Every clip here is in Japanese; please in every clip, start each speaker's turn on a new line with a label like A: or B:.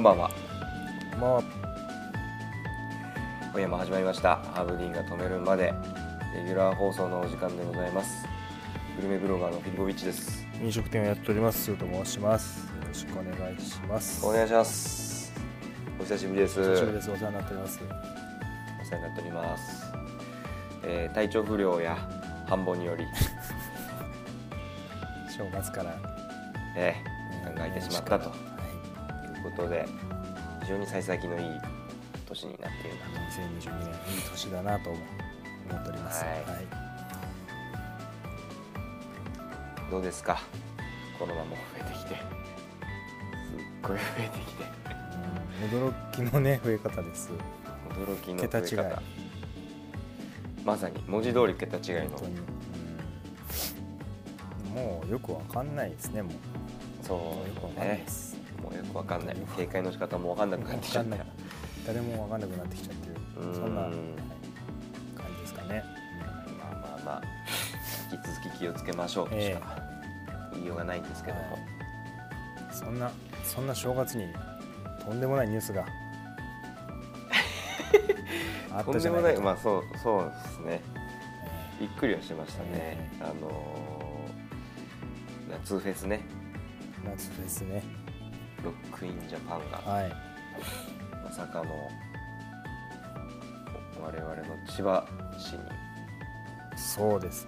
A: ばんは
B: まあ
A: 今夜も始まりましたハーブディーンが止めるまでレギュラー放送のお時間でございますグルメブロガーのフィリボビッチです
B: 飲食店をやっておりますスーと申しますよろしくお願いします
A: お願いしますお久しぶりです
B: 久しぶりですお世話になっております
A: お世話になっております、えー体調不良や繁忙に より、
B: 正月から
A: えー、時間が空いてしまったと
B: はい
A: いうことで非常に幸先のいい年になっているな
B: 2022年いい年だなと思っております
A: は
B: はいい、
A: とどうですかコロナも増えてきてすっごい増えてきて
B: うん驚きのね増え方です
A: 驚きの
B: 桁
A: 増え
B: 違い
A: 方まさに文字通り桁違い
B: 本
A: の
B: 当に、うん、もうよくわかんないですねもう
A: そ
B: もうよくわ
A: う
B: かんない
A: ね
B: です、
A: もうよくわかんない警戒の仕方もわかんなくなってきちゃった
B: わかんない誰もわかんなくなってきちゃってる
A: うん
B: そんなはい感じですかね、
A: まあまあまあ引き続き気をつけましょうとしか言いようがないんですけども、
B: はいそんなそんな正月にとんでもないニュー スがあっ
A: と
B: た
A: ん
B: じ
A: で
B: ゃな
A: もな
B: いか
A: い
B: と
A: まあそうそうですね
B: え
A: びっくりはしましたね、あのー夏フェスね
B: ー夏フェスね
A: ロックインジャパンが
B: はい
A: まさかの我々の千葉市に
B: そうです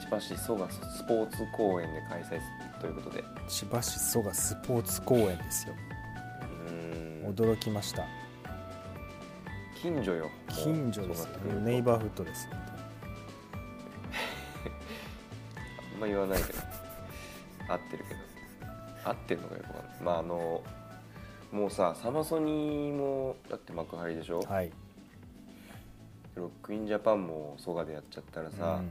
A: 千葉市蘇我スポーツ公園で開催ということで
B: 千葉市蘇我スポーツ公園ですよ
A: うーん
B: 驚きました
A: 近所よ
B: 近所です
A: そうなってくると
B: ネイバーフッドです
A: あんま言わないけど合ってるけど合ってるのかよくわかんないまああのもうさサマソニーもだって幕張でしょ、
B: はい
A: ロックインジャパンも蘇我でやっちゃったらさ、
B: う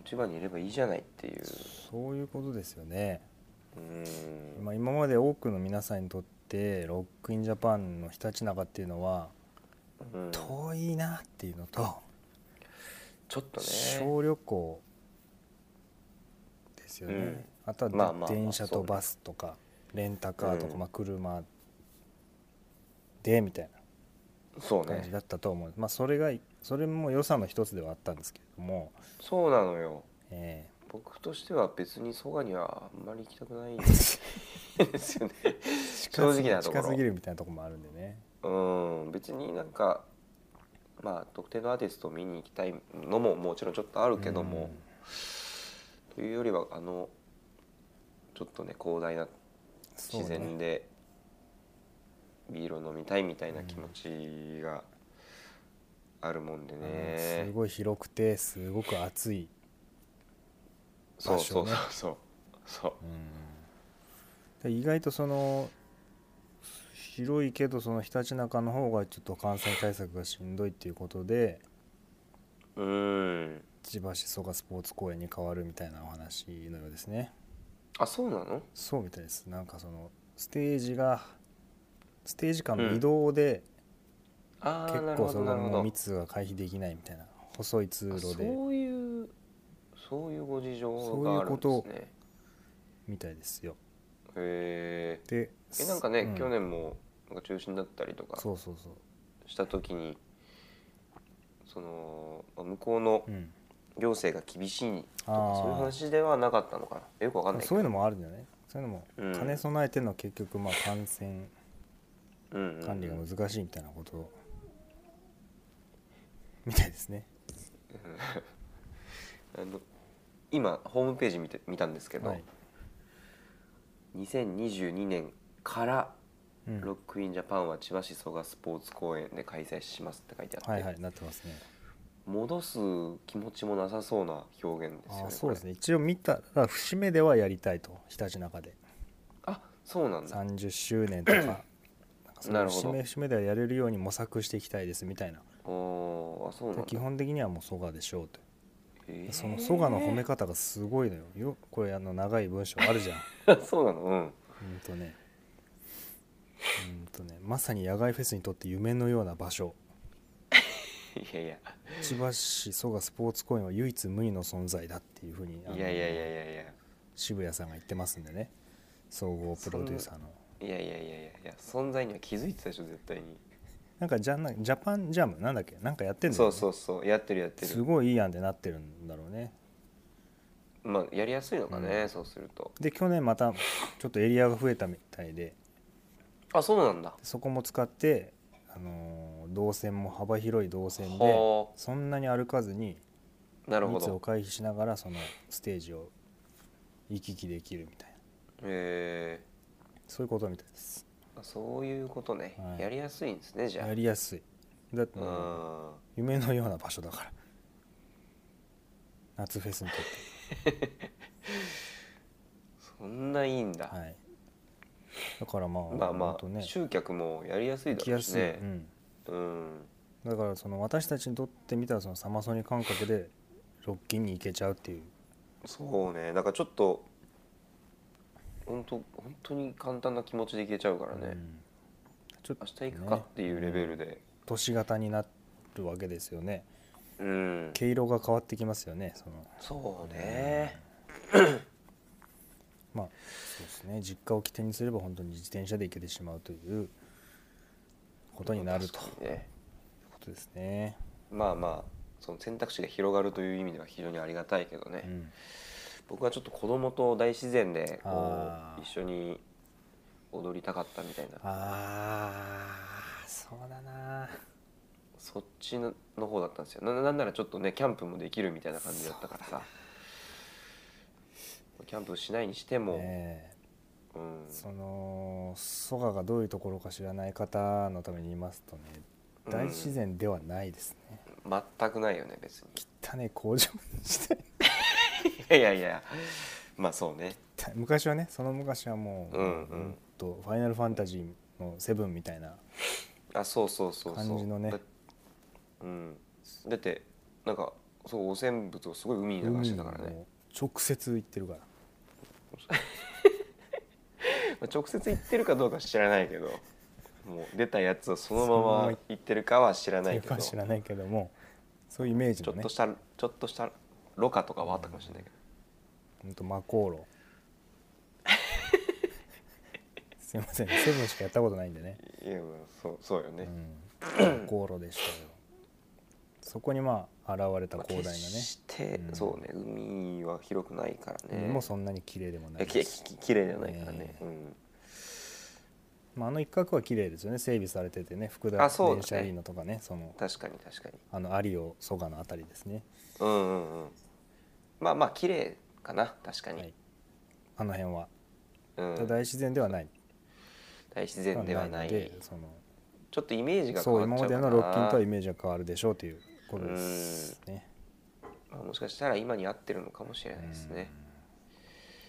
B: ん
A: 千葉にいればいいじゃないっていう
B: そういうことですよね
A: うーん
B: まあ、今まで多くの皆さんにとってロックインジャパンのひたちなかっていうのは
A: うんちょ
B: 遠いなっていうのと
A: っとね
B: 小旅行ですよね、
A: うん
B: あと
A: まあ
B: は
A: まあ
B: 電車とバスとかレンタカーとか、
A: うん
B: まあ、車でみたい
A: そう
B: な感じ
A: ね
B: だったと思う、まあ、それがそれも良さの一つではあったんですけれども、
A: そうなのよ
B: え
A: 僕としては別に蘇我にはあんまり行きたくないんですよね
B: ー
A: 正直なとこ
B: 近すぎ
A: ろ
B: るみたいなところもあるんでね
A: うん別になんかまあ特定のアーティストを見に行きたいのももちろんちょっとあるけども、というよりはあのちょっとね広大な
B: そう
A: 自
B: ね
A: 然でビールを飲みたいみたいな気持ちがあるもんでね、
B: うんすごい広くてすごく暑い、
A: そう
B: 場
A: そ
B: 所
A: う
B: ね
A: そうそうそう
B: で意外とその広いけどそのひたちなかの方がちょっと感染対策がしんどいっていうことで
A: うーん
B: 千葉市蘇我スポーツ公園に変わるみたいなお話のようですね
A: あそうなの
B: そうみたいですなんかそのステージがステージ間の移動で
A: あ
B: 結
A: ーなる
B: 構
A: ほ
B: そ
A: どな
B: の
A: るほ
B: もう
A: ど
B: 密が回避できないみたいな細い通
A: あ
B: 路で
A: そういうそういうご事情
B: そうい
A: があ
B: う
A: る
B: こ
A: んです
B: と
A: ね
B: みたいですよ
A: へー
B: で
A: えなんかね、
B: う
A: 去年もなんか中止になったりとか
B: そうそうそう
A: した時にそのまあ向こうの
B: うん
A: 行政が厳しいと
B: あ
A: か
B: ー
A: そういう話ではなかったのかなよくわかんないけ
B: そう
A: ど
B: いうのもあるんじゃないそういうのも
A: うん
B: 兼ね備えての結局まあ感染
A: うんうん
B: 管理が難しいみたいなことみたいですね。
A: あの今ホームページ見て見たんですけど、
B: はい
A: 2022年から
B: うん
A: ロックインジャパンは千葉市蘇我スポーツ公園で開催しますって書いてあって、
B: はいはいなってますね。
A: 戻す気持ちもなさそうな表現ですよね
B: あそうです
A: ね
B: ね一応見たら節目ではやりたいとひたちなかで
A: あそうなんだ
B: 30周年 とかなんかそ
A: な
B: の
A: るほど
B: 節目節目ではやれるように模索していきたいですみたいな
A: おーあそうなん
B: で
A: だ
B: 基本的にはもう蘇我でしょうと
A: え
B: で
A: ー
B: その蘇我の褒め方がすごいのよよこれあの長い文章あるじゃ ん
A: そうなのうん
B: うんとねうんとねまさに野外フェスにとって夢のような場所
A: いやいや
B: 千葉市蘇我スポーツ公園は唯一無二の存在だっていうふうにあの
A: いやいやいやいやいや
B: 渋谷さんが言ってますんでね総合プロデューサーの
A: いやいやいやいやいや存在には気づいてたでしょ絶対に、
B: なんかジャンナジャパンジャムなんだっけなんかやってんだよ
A: そ
B: ね
A: うそうそうやってるやって
B: す
A: る
B: ごいいいやんってなってるんだろうね
A: まあやりやすいのかね、
B: うん
A: そうすると
B: で去年またちょっとエリアが増えたみたいで
A: あそうなんだ
B: そこも使って、あのー動線も幅広い動線で
A: ほ
B: そんなに歩かずに
A: なるほ
B: 密を
A: ど
B: 回避しながらそのステージを行き来できるみたいな
A: へえ
B: そういうことみたいです
A: あそういうことね、
B: はい
A: やりやすいんですねじゃ
B: やりやすいだって
A: あ、うん
B: 夢のような場所だから夏フェスにとっ
A: そんないいんだ、
B: て、はい、だからまあ
A: まあ
B: ほ
A: ま
B: ん
A: あ、
B: とね
A: 集客もやりやすい
B: 行
A: だ
B: き
A: ろ
B: や
A: う
B: す
A: し
B: い、
A: ね
B: うん、
A: うん
B: だからその私たちにとってみたらそのサマソニ感覚でロッキンに行けちゃうっていう
A: そうねだからちょっと本当本当に簡単な気持ちでいけちゃうからね、
B: うんちょっ
A: 明
B: と
A: 日行くかっていうレベルで、
B: 都市型になるわけですよね
A: うん、
B: 毛色が変わってきますよねその
A: そうね、
B: まあそうですね実家を起点にすれば本当に自転車で行けてしまうということになるという
A: 確かにね
B: ことですね。
A: まあまあその選択肢が広がるという意味では非常にありがたいけどね、
B: うん、
A: 僕はちょっと子供と大自然でこ
B: あー
A: う一緒に踊りたかったみたいな
B: あーそうだな
A: そっちの方だったんですよななんならちょっとねキャンプもできるみたいな感じだったからさキャンプしないにしても、
B: ねえ
A: うん、
B: その蘇我がどういうところか知らない方のために言いますとね
A: うん
B: 大自然ではないですね、
A: 全くないよね 別に
B: 汚い工場地帯
A: いやいやいやまあそうね
B: 昔はねその昔はもう、
A: うんうん
B: とファイナルファンタジーのセブンみたいな
A: あそうそうそうそう
B: 感じのね
A: だうん、だってなんかそう汚染物をすごい海に流
B: 海
A: して
B: に
A: た
B: も
A: からね、
B: う直接行ってるから
A: まあ、直接行ってるかどうか知らないけどもう出たやつをそのま
B: そのまま
A: ま行ってるかは知ら
B: っ
A: な
B: てい
A: いうけ
B: か
A: ど
B: は知
A: ち
B: らないけどもそういうイメージ
A: ょ
B: の
A: っ
B: ね
A: としたちょっとしたろ過とかはあったかもしれないけど、
B: ほんとマコーロ すいませんセブンしかやったことないんでね
A: いやまあそうそうよね、
B: うん、 マコーロでしたよそこにまあ現れた
A: まあ
B: 広大なね
A: 決して、
B: うん
A: そうね海は広くないからね
B: 海もそんなに綺麗でもない
A: えき
B: です
A: ききれいじゃないからね
B: ね
A: うん
B: まあ、あの一角は綺麗ですよね整備されててね福田
A: あそうだね
B: 電車リーノとかねその
A: 確かに確かに
B: あの有オ蘇我のあたりですね、
A: うんうんうんまあまあ綺麗かな確かに、
B: はい、あの辺は、
A: うん、
B: 大自然ではない
A: 大自然ではない
B: のでその
A: ちょっとイメージが変
B: そう
A: わっちゃ
B: 今
A: う
B: ま
A: か
B: で
A: な
B: のロッキンとはイメージが変わるでしょうということですね。
A: まあもしかしたら今に合ってるのかもしれないですね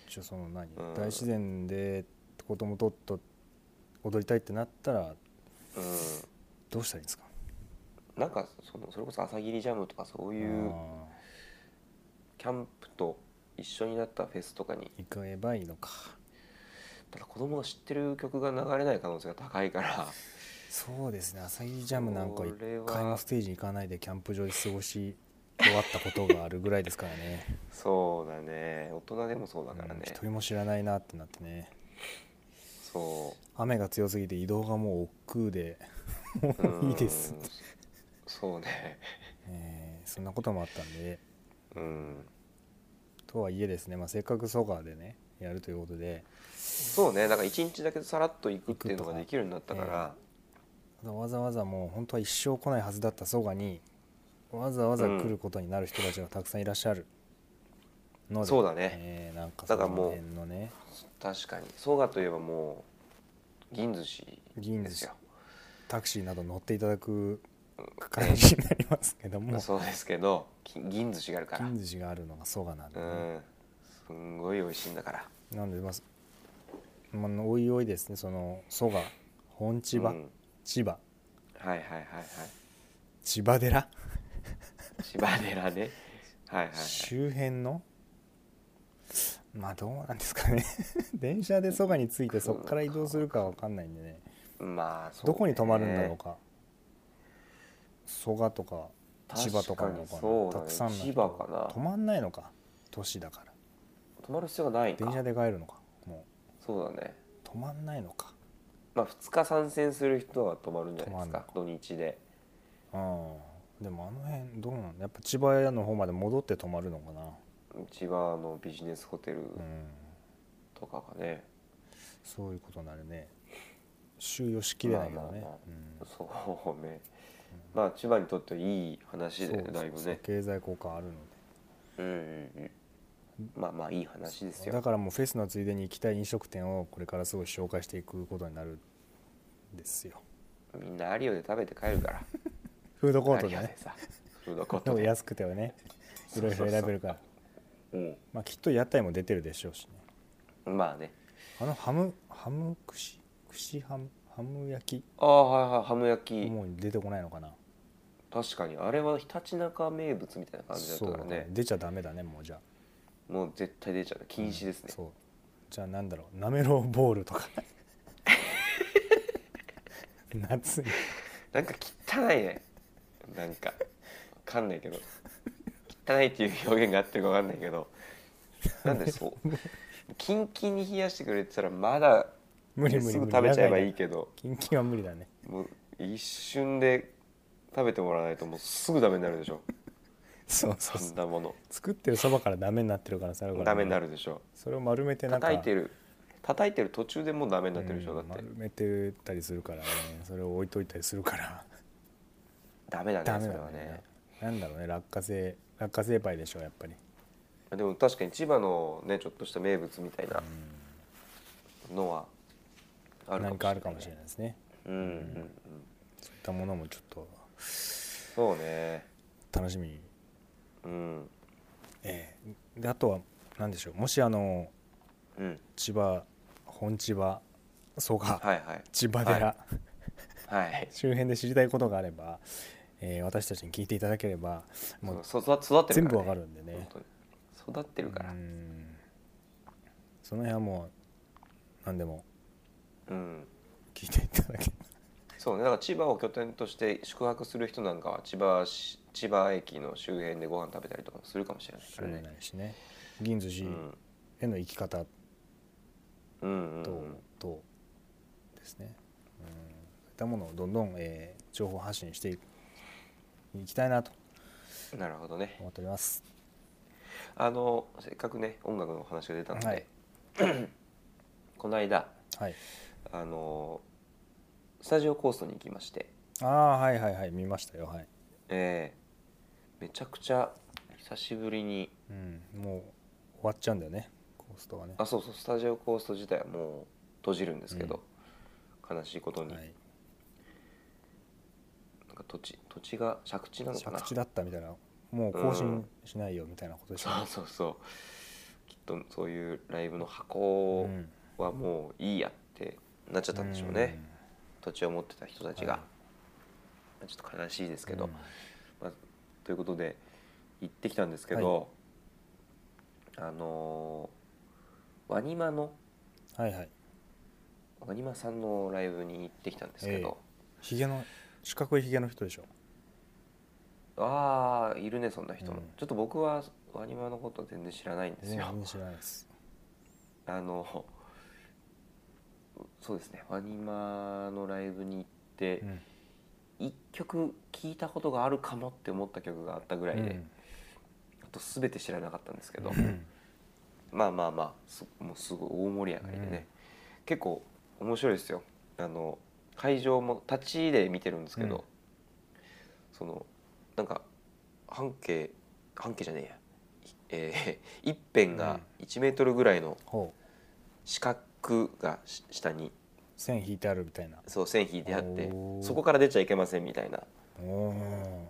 B: うん。じゃあその何、
A: うん
B: 大自然で子供とっと踊りたいってなったら
A: うん、
B: どうしたらいいんですか
A: なんかそのそれこそ朝霧ジャムとかそう
B: あ
A: いうキャンプと一緒になったフェスとかに
B: ー行けばいいのか
A: ただ子供が知ってる曲が流れない可能性が高い から
B: そうですね朝霧ジャムなんか一
A: これは
B: 回もステージ行かないでキャンプ場で過ごし終わったことがあるぐらいですから ね
A: そうだね大人でもそうだから
B: うん
A: ね、
B: 一人も知らないなってなってね
A: そ
B: 雨が強すぎて移動がもう億劫でも
A: うう
B: うんいいです、
A: そうね
B: えーそんなこともあったんで
A: うん
B: とはいえですね、まあ、せっかく蘇我でねやるということで
A: そうねだから一日だけさらっと行くっていうのができるようになったか
B: 行くと
A: ら、
B: わざわざもう本当は一生来ないはずだった蘇我にわざわざ来ることになる人たちがたくさんいらっしゃるので、
A: そうだね
B: えーなんかそ
A: だか
B: の
A: らもう
B: 辺のね
A: 確かに蘇我といえばもう銀寿司
B: 銀
A: で
B: 寿
A: す
B: 司
A: よ
B: タクシーなど乗っていただく感じになりますけども
A: そうですけどき銀寿司があるから
B: 銀寿司があるのが蘇我なんで
A: う
B: ね、
A: んすんごい美味しいんだから
B: なのでまあ、まあ、おいおいですねその蘇我本千葉、
A: うん
B: 千葉
A: はいはいはいはい
B: 千葉寺、
A: 芝寺ねはいはい、はい、
B: 周辺のまあどうなんですかね 電車で蘇我についてそこから移動するかわかんないんでね
A: まあそうね
B: どこに泊まるんだろうか蘇我とか千葉とかなのかな
A: 確にそうだね
B: たくさんの人
A: 千葉かな
B: 泊まんないのか都市だから
A: 泊まる必要がないか
B: 電車で帰るのかも
A: そうだね
B: う泊まんないのか
A: まあ、2日参戦する人は泊まるんじゃないですか
B: 泊
A: 土日で
B: ああでもあの辺どうなんやっぱ千葉屋の方まで戻って泊まるのかな
A: 千葉のビジネスホテル
B: うん
A: とかがね、
B: そういうことになるね収容しきれないけどね
A: まあまあまあ
B: う
A: そ
B: ん
A: うねまあ千葉にとってはいい話で
B: そう
A: だいぶ
B: そう
A: ね
B: 経済効果あるので
A: うんうんうんまあまあいい話です
B: だ
A: よ
B: からもうフェスのついでに行きたい飲食店をこれからすごい紹介していくことになるんですよ
A: みんなアリオで食べて帰るから
B: フードコート
A: アリ
B: で
A: オ
B: ね
A: でさフードコー
B: で
A: ト
B: も
A: で
B: 安くてはねいろいろ選べるからまあきっと屋台も出てるでしょうしね
A: うんまあね
B: あのハムハム串串ハムハム焼
A: ああはいはいハム焼
B: き
A: き
B: もう出てこないのかな
A: 確かにあれはひたちなか名物みたいな感じだった
B: そう
A: か
B: だ
A: ら
B: ね
A: ね
B: 出ちゃダメだねもうじゃあ
A: もう絶対出ちゃう禁止ですね、
B: そうじゃあなんだろうなめろうボールと か夏に
A: なんか汚いねなんかわかんないけど汚いっていう表現があってるかわかんないけどなんでそうキンキンに冷やしてくれてたらまだ
B: 無理無
A: す
B: 理
A: ぐ
B: 無理
A: 食べちゃえば
B: や
A: いい
B: だ
A: けど
B: キンキンは無理だね
A: もう一瞬で食べてもらわないともうすぐダメになるでしょ
B: そうそう
A: そ
B: そうん
A: なもの
B: 作ってるそばからダメになってるからさ
A: ダメになるでしょ
B: それを丸めてなんか
A: 叩いてる叩いてる途中でもうダメになってるでしょだっ
B: うん
A: て
B: 丸めてたりするからねそれを置いといたりするから
A: ダメだ
B: ダ
A: ね
B: メ
A: それ
B: だ
A: はね
B: ねなんだろうね落花生落花生パイでしょやっぱり
A: でも確かに千葉のねちょっとした名物みたいなのはある
B: 何かあるかも
A: し
B: し
A: れない
B: れないですね
A: うんうんうん
B: そういったものもちょっと
A: そうね
B: 楽しみに
A: うん
B: ええであとは何でしょうもしあの
A: うん
B: 千葉本千葉蘇我、
A: はいはい
B: 千葉寺、
A: ははい
B: 周辺で知りたいことがあれば、えー私たちに聞いていただければもう
A: そう育育ってるから、ね、
B: 全部わかるんでね
A: 本当に育ってるから
B: う
A: うん、
B: んその辺はもう何でも聞いていただければ
A: そうねだから千葉を拠点として宿泊する人なんかは千葉市千葉駅の周辺でご飯食べたりとかもするかもしれない
B: し
A: か
B: ょ
A: ら
B: うが
A: ね
B: ないしね銀寿
A: う
B: 司
A: ん
B: への生き方
A: うんうんう
B: と,、
A: ん
B: とですね、うん、そういったものをどんどん、えー情報発信していいきたいなと
A: なるほどね
B: 思っております
A: あのせっかくね音楽の話が出たので、
B: はい
A: この間
B: はい
A: あのスタジオコーストに行きまして、
B: ああはいはいはい見ましたよはい、
A: ええめちゃくちゃ久しぶりに
B: うん、もう終わっちゃうんだよねコーストはね
A: あそうそうスタジオコースト自体はもう閉じるんですけど、悲しいことに、
B: はい
A: なんか土地土地が借地なのかな
B: 着地だったみたいなもう更
A: う
B: 新
A: ん
B: しないよみたいなことでしょ
A: そうそうそうきっとそういうライブの箱
B: ん
A: はもういいやってなっちゃったんでしょうね、土地を持ってた人たちが、
B: はい
A: まあちょっと悲しいですけど、
B: うん
A: まあ、ということで行ってきたんですけど、あのーワニマの
B: はいはい
A: ワニマさんのライブに行ってきたんですけど、
B: ひげの四角いひげの人でしょ
A: ああいるねそんな人も、
B: うん
A: ちょっと僕はワニマのこと全然知らないんです
B: 全
A: よ、
B: 然知らないです
A: あのそうですねワニマのライブに行って
B: うん
A: 一曲聴いたことがあるかもって思った曲があったぐらいで、
B: うん
A: あと全て知らなかったんですけど、
B: うん
A: まあまあまあすもうすごい大盛り上がりでね、結構面白いですよあの会場も立ちで見てるんですけど、
B: うん
A: そのなんか半径半径じゃねえや、いえ ー一辺が1メートルぐらいの
B: ほう
A: 四角がし下に
B: 線引いてあるみ たいな
A: そう線引いてあって
B: おー
A: そこから出ちゃいけませんみたいな
B: お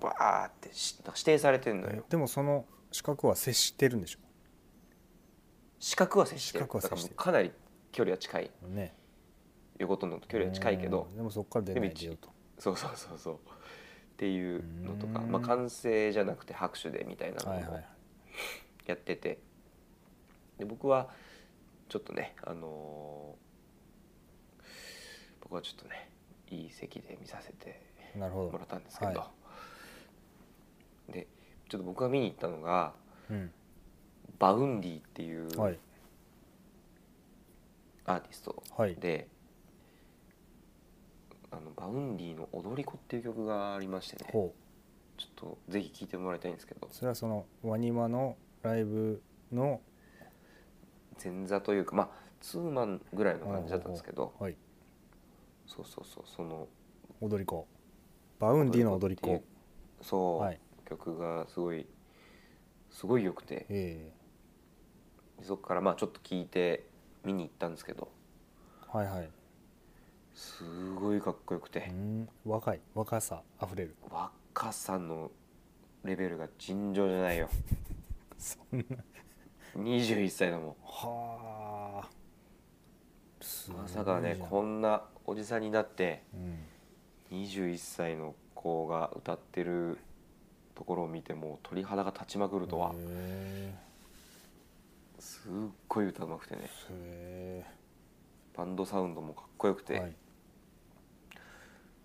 A: バーってしなんか指定されてんのよ
B: ーでもその四角は接してるんでしょ
A: 四角は接してる
B: 四角は接
A: だから
B: し
A: も
B: て
A: う
B: る
A: かなり距離は近い
B: ね
A: いうことの距離は近いけど
B: うんでもそこから出ないでよと
A: そうそうそうそうっていうのとか、
B: うん
A: まあ、歓声じゃなくて拍手でみたいなの
B: はいは
A: も
B: い
A: やってて、で僕はちょっとねあのー僕はちょっとねいい席で見させて
B: なるほ
A: も
B: ど
A: らったんですけど、
B: は
A: でちょっと僕が見に行ったのが
B: うん
A: バウンディっていう
B: はい
A: アーティスト
B: はい
A: で、あのバウンディの「踊り子」っていう曲がありましてね
B: ほう
A: ちょっとぜひ聴いてもらいたいんですけど
B: それはそのワニマのライブの
A: 前座というかまあツーマンぐらいの感じだったんですけど
B: はい
A: そうそうそうその
B: 踊り子バウンディの踊り
A: 踊り
B: 子
A: 子そう、
B: はい
A: 曲がすごいすごい良くて
B: え
A: そこからまあちょっと聴いて見に行ったんですけど
B: えはいはい
A: すごいかっこよくて
B: う、ん若い若さあふれる
A: 若さのレベルが尋常じゃないよ
B: そんな
A: 21歳だもん
B: はあすごい
A: まさかね
B: じゃん
A: こんなおじさんになって
B: うん
A: 21歳の子が歌ってるところを見てもう鳥肌が立ちまくるとは
B: へえ
A: すっごい歌うまくてね
B: へ
A: バンドサウンドもかっこよく
B: え
A: て、
B: はい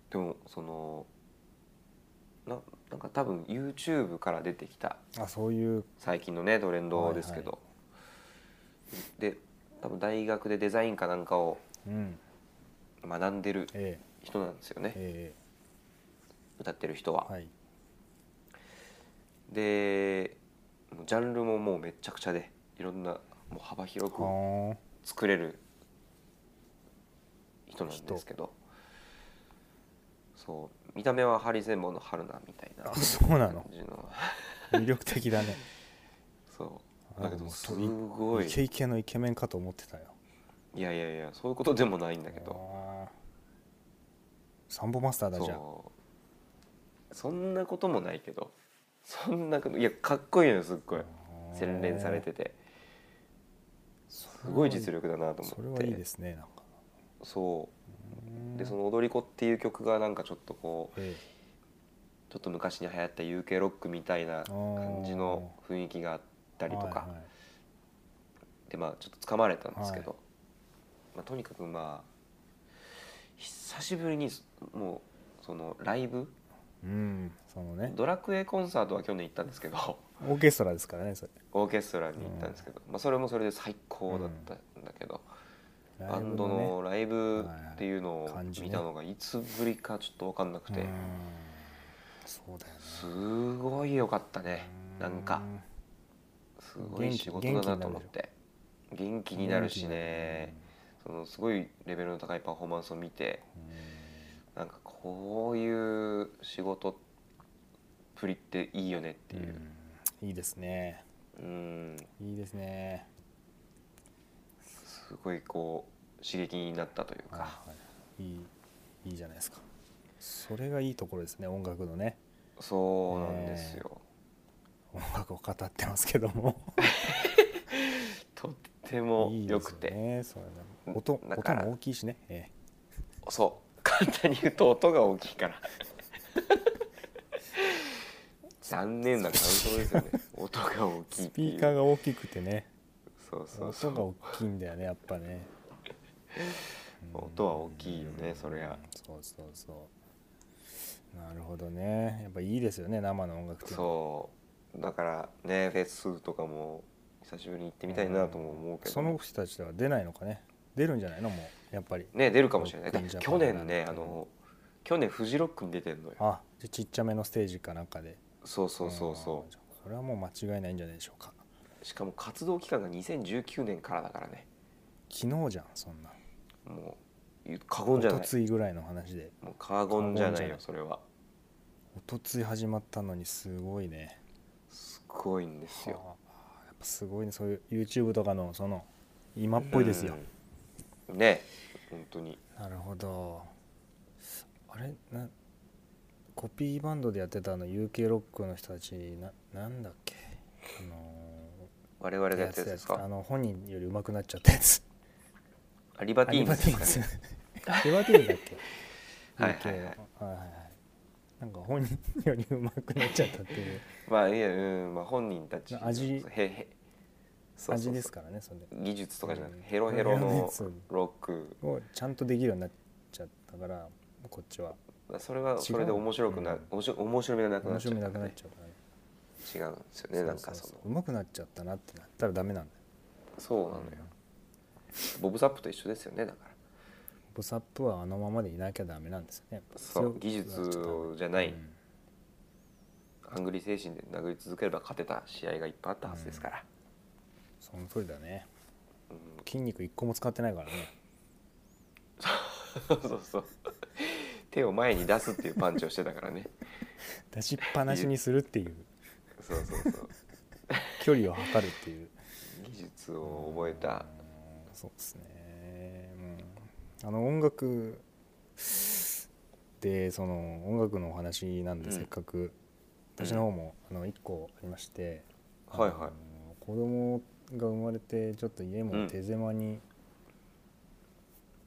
A: でもそのななんか多分 YouTube から出てきた
B: あそういう
A: 最近のねトレンドですけど、で多分大学でデザインかなんかを
B: うん
A: 学んでる
B: え
A: 人なんですよ
B: え
A: ね
B: え
A: 歌ってる人は。
B: えはい
A: でもうジャンルももうめちゃくちゃでいろんなもう幅広く
B: は
A: 作れる人なんですけどそう見た目はハリセンボンの春菜みたいな
B: ああ
A: 感
B: そうなの
A: じの
B: 魅力的だね
A: そう
B: あ
A: だけど
B: もう
A: すごい
B: イケイケのイケメンかと思ってたよ
A: いやいやいやそういうことでもないんだけど
B: ああサンボマスターだじゃん
A: そうそんなこともないけどそんなこといやかっこいいのよすっごい洗練されてて
B: す
A: すごい実力だなと思って
B: それはいいですねなんか
A: そううんでその「踊り子」っていう曲がなんかちょっとこう
B: え
A: ちょっと昔に流行った UK ロックみたいな感じの雰囲気があった
B: え
A: りとか、
B: はいはい
A: でまあちょっとつかまれたんですけど、まあ、とにかくまあ久しぶりにもうそのライブ
B: うんそのね
A: ドラクエコンサートは去年行ったんですけど
B: オーケストラですからねそれ
A: オーケストラに行ったんですけど、まあ、それもそれで最高だったんだけど、バンドのライブっていうのを
B: はい感じね
A: 見たのがいつぶりかちょっと分かんなく
B: ライブ
A: て
B: のね、うんそうだよね
A: すごい良かったねなんか。すごい仕事だなと思って元気になるしねそのすごいレベルの高いパフォーマンスを見てなんかこういう仕事っぷりっていいよねって
B: 元気になるしうん
A: いう
B: うんいいですね
A: うん
B: いいですね
A: すごいこう刺激になったというか
B: はいいいいいじゃないですかそれがいいところですね音楽のね
A: そうなんですよ
B: 音楽を語ってますけども
A: とっても
B: いいで
A: 良
B: す
A: く
B: よ
A: て
B: ねそうだね音
A: だ
B: 音
A: から
B: も大きいしね、え
A: そう簡単に言うと音が大きいから 残念な感想ですよね音が大
B: え
A: きいっ
B: ス
A: てい
B: ピーカー
A: う
B: が大きくてね
A: そうそうそう
B: 音が大きいんだよねやっぱねう ん
A: 音は大きいよねそりゃ
B: そうそうそうなるほどねやっぱいいですよね生の音楽っていうのは
A: そうだからねフェスとかも久しぶりに行ってみたいなとも思うけど、
B: その人たちでは出ないのかね出るんじゃないのもうやっぱり
A: ね出るかもしれない
B: ロ
A: だ
B: ックインジャパ
A: 去
B: ン
A: 年ね
B: なんて
A: あの去年フジロックに出てんのよ
B: あじゃあちっちゃめのステージかなんかで
A: そうそうそうそ
B: んじゃあこれはもう間違いないんじゃないでしょうか
A: うしかも活動期間が2019年からだからね
B: 昨日じゃんそんな
A: もう過言じゃ
B: と
A: ない
B: ついぐらいの話で
A: もう過言じゃ
B: 過言じ
A: な
B: ゃ
A: い
B: な
A: よ
B: い
A: それは
B: おとつい始まったのにすごいね
A: すごいんですよ
B: はあやっぱすごいねそういう YouTube とかのその今っぽいですよ、
A: うんね本当に
B: なるほどあれなコピーバンドでやってたあの UK ロックの人たちななんだっけあの
A: 我々
B: ー
A: がやってるやつです
B: あ
A: か
B: の本人より上手くなっちゃったやつ
A: アリバティーン
B: あ
A: ズ
B: リ
A: で
B: バティーン
A: す
B: ズ
A: かね
B: リバティーンズだっけ
A: はいはい
B: UK
A: はい
B: のはいはいはいなんか本人より上手くなっちゃったっていう
A: まあいやうんまあ本人たち
B: 味
A: へへそうそうそう
B: 味ですからねそれ
A: 技術とかじゃなくて
B: うん
A: ヘロヘロ
B: ヘロヘロのや
A: の
B: つ
A: ロック
B: をちゃんとできるようになっちゃったからこっちは
A: それはそれで面白くな
B: 違う
A: おし面白みがなくな
B: 面
A: っちゃ
B: 白
A: う
B: み
A: から
B: なくなっ
A: ね
B: ちゃうからね
A: 違うんですよねなんかその
B: うまくなっちゃったなってなったらダメなんだよ
A: そうなのよボブ・サップと一緒ですよねだから
B: ボサップはあのままでいなきゃダメなんですよね
A: そう技術
B: はちょっとダメ
A: じゃない
B: うん
A: ハングリー精神で殴り続ければ勝てた試合がいっぱいあったはずですから、
B: その通りだね
A: うん
B: 筋肉一個も使ってないからね
A: そうそうそう手を前に出すっていうパンチをしてたからね
B: 出しっぱなしにするっていう
A: そうそうそう
B: 距離を測るっていう
A: 技術を覚えた
B: うんそうですね、うん、あの音楽でその音楽のお話なんで
A: うん
B: せっかく、私の方もあの1個ありまして、
A: はい
B: あ
A: は
B: の子供が生まれてちょっと家も手狭に、
A: い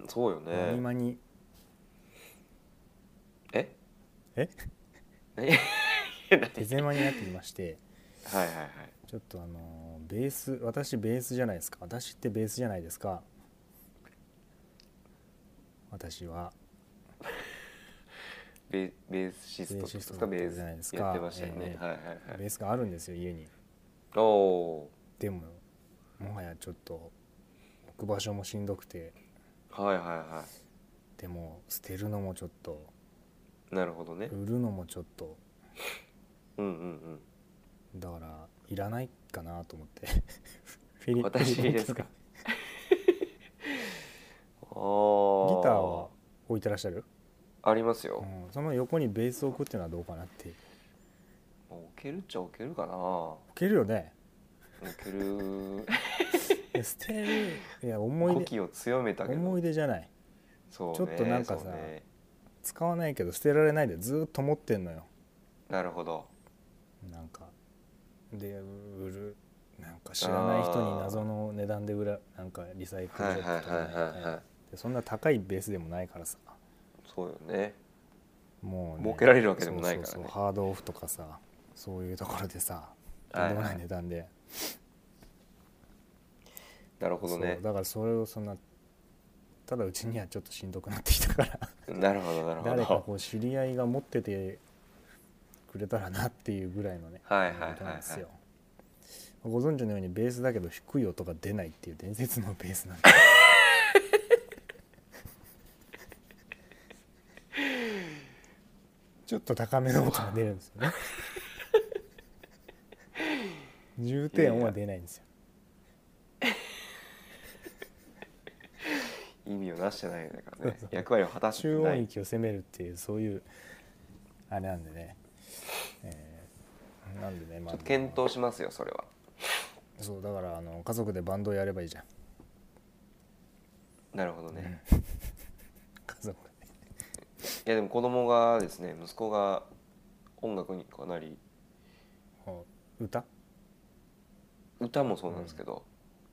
A: そうよ
B: まに
A: ね
B: まに
A: え
B: え
A: 何何
B: 手狭になってきまして
A: はいはいはい
B: ちょっとあのベース私ベースじゃないですか私ってベースじゃないですか私は
A: ベベーシストですか
B: ベ
A: ベ
B: ー
A: ー
B: シストだったじゃないで
A: ス
B: すか
A: やってましたよね、
B: ええ
A: はいはい
B: ベ
A: はい
B: ースがあるんですよ家に。
A: おお
B: でももはやちょっと置く場所もしんどくて
A: ーはいはいは
B: でも捨てるのもちょっと
A: いなるほどね
B: 売るのもちょっと
A: うんうん
B: だからいらないかなと思って フィ
A: うん私
B: フィリピン
A: ですか ああギター
B: ギターは置いてらっしゃる、
A: ありますよ、
B: うん、その横にベースを置くっていうのはどうかなって置
A: 置けるっちゃ置けるかな
B: けるよね
A: 置ける
B: いや捨てるいや思
A: 呼
B: い出
A: 気を強めたけど
B: 思い出じゃない
A: そうね
B: ちょっとなんかさ
A: そうね
B: 使わないけど捨てられないでずっと持ってんのよ
A: なるほど
B: なんかで売るなんか知らない人に謎の値段で売らなんかリサイクル
A: はい
B: シ
A: はい
B: ョップとか
A: はい
B: に行
A: は
B: った
A: いはい
B: りでそんな高いベースでもないからさ
A: そうよね
B: もう、ね、
A: 儲けられるわけでもないからね
B: そうそうそうハードオフとかさそういうところでさとんでもない値段で、
A: なるほどね
B: そうだからそれをそんなただうちにはちょっとしんどくなってきたから
A: なるほどなるほ
B: 誰かこ
A: ど
B: う知り合いが持っててくれたらなっていうぐらいのね
A: はいはいはいはい
B: ことなんですよご存知のようにベースだけど低い音が出ないっていう伝説のベ ースなんですちょっと高めの音が出るんですよね重低音は出ないんですよ
A: 意味をなしてないだからね
B: そうそう
A: 役割を果たして
B: 中
A: な
B: 音
A: い
B: 域を攻めるっていうそういうあれなんでね、えーなんでねま
A: ちょっと検討しますよそれは
B: そうだからあの家族でバンドをやればいいじゃん
A: なるほどね
B: 家族で
A: いやでも子供がですね息子が音楽にかなり
B: こう歌
A: 歌もそうなんですけど、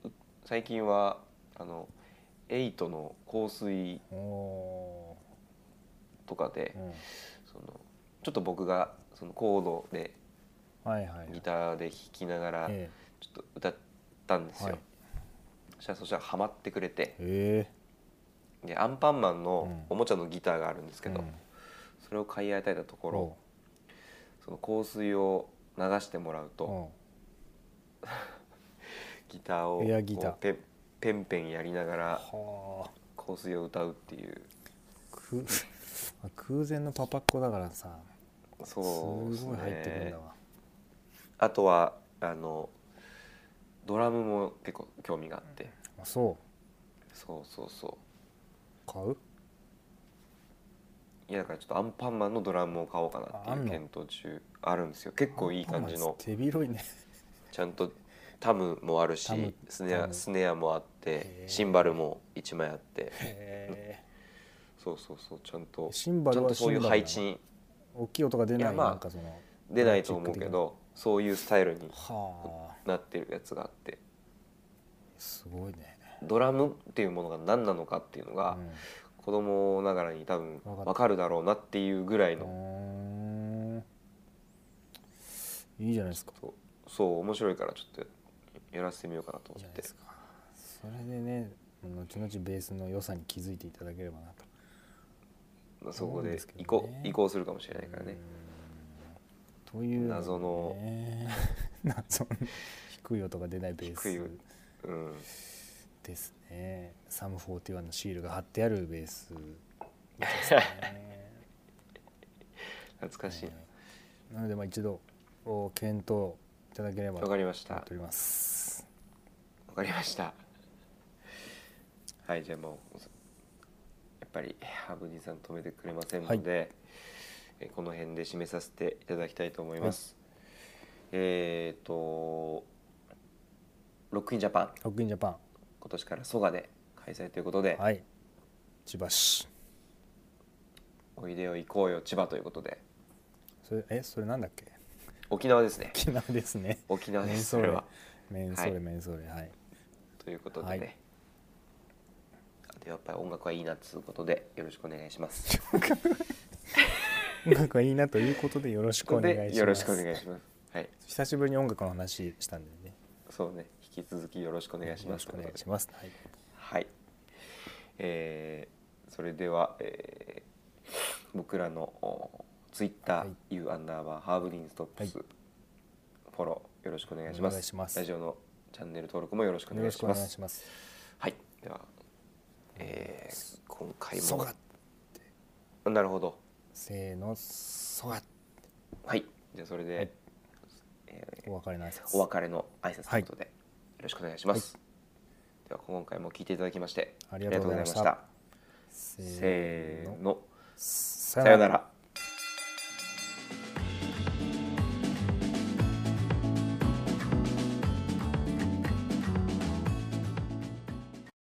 A: う最近はあのエイトの香水
B: おお
A: とかで
B: ー、、うん、
A: そのちょっと僕がそのコードで
B: はいはい
A: ギターで弾きながら
B: え
A: ちょっと歌ったんですよ、
B: はい
A: そしたらそしたらハマってくれて
B: ええ
A: でアンパンマン
B: うん
A: のおもちゃのギターがあるんです
B: え
A: けど、
B: うん
A: それを買い与えたところ
B: お
A: その香水を流してもらうと
B: お
A: ギターを
B: エアギター
A: こうペンペンペンやりながら
B: はあ
A: 香水を歌うっていう
B: く 空前のパパっ子だからさ
A: そうです
B: すごい入ってくるん
A: ね
B: だわ
A: あとはあのドラムも結構興味があって、
B: あそ
A: そうそうそう
B: 買う
A: ういやだからちょっとアンパンマンのドラムを買おうかな
B: あ
A: っ
B: ん
A: てい
B: の
A: う検討中あるんですよ結構いい感じの
B: 手広い ね
A: ちゃんとタムもあるし
B: タム
A: スネ
B: タ
A: ア
B: ム
A: スネアもあっ
B: へ
A: て
B: ー
A: シンバルも1枚あって
B: へ
A: そうそうそうちゃんと
B: シンバ
A: ちゃん
B: ルは
A: とそういう
B: シンバルな
A: 配置
B: の
A: に
B: 大きい音が出
A: い
B: な
A: や
B: い
A: まあ
B: なんかその
A: 出ないと思うけどそういうスタイルに
B: はあ
A: なってるやつがあって
B: すごいね
A: ドラムっていうものが何なのかっていうのが子供ながらに多分
B: わかる
A: 分かるだろうなっていうぐらい
B: う
A: の
B: んうーんいいじゃないですか
A: そうそう面白いからちょっとやらせてみようかなと
B: いいじ
A: 思
B: ゃ
A: っ
B: な
A: て
B: いですかそれでね後々ベースの良さに気づいていただければなと
A: まあそこ
B: そう
A: で
B: ですけ
A: 移
B: ど
A: 行
B: ね
A: 移行するかもしれないからね
B: うーんという
A: 謎 の
B: ね謎の低い音が出ないベース
A: 低いうん
B: ですねサム41のシールが貼ってあるベースです ね
A: 懐かしい
B: なのでまあ一度お検討いただければ
A: なわ
B: と思
A: か
B: っ
A: りましたわ
B: ております
A: かりましたはいじゃあもうやっぱり羽生さん止めてくれませんので、えこの辺で締めさせていただきたいと思います、えっ、ー、とロックインジャパン
B: ロックインジャパ
A: 今年から蘇我で開催ということで、
B: ンはい千葉市
A: おいでよ行こうよ千葉ということで
B: それえそれなんだっけ
A: 沖縄ですね
B: 沖縄ですね
A: 沖縄
B: メ
A: で
B: ン
A: すそ
B: ソー
A: れ
B: レ
A: は
B: メンソー
A: は
B: レ
A: い
B: メンソーレはい
A: ということでね、
B: はい
A: あとやっぱり音楽はいいなっつうことでよろしくお願いします。
B: 音楽はいいなということでよろしくお願いします
A: でよろしくお願いします。はい、
B: 久しぶりに音楽の話したんでね
A: そうね、引き続きよろしくお願いし
B: よ
A: ま
B: ろ
A: す
B: し
A: と
B: く
A: い
B: お
A: うこ
B: 願
A: とで。
B: いしますはい
A: はい。えーそれでは、えー僕らのツイッタ
B: は
A: ー
B: い
A: U アンダーバーハーブリンストップス、
B: は
A: フォローよろしくお願いしま
B: お願
A: す
B: いします
A: ラジオのチャンネル登録もよろしくお
B: よ
A: 願
B: ろ
A: い
B: し
A: し
B: くお
A: ま
B: 願い
A: す。
B: します
A: はい、では、えー今回
B: そ
A: も
B: が
A: なるほど。
B: せーのそが
A: はい、じゃあそれで、
B: はい
A: えー
B: お別れの挨拶
A: お別れの挨拶ということで、よろしくお願いします、では今回も聞いていただきまして
B: ありがとうございました
A: ありがとうございま
B: せ
A: したせーの
B: さ
A: さようなら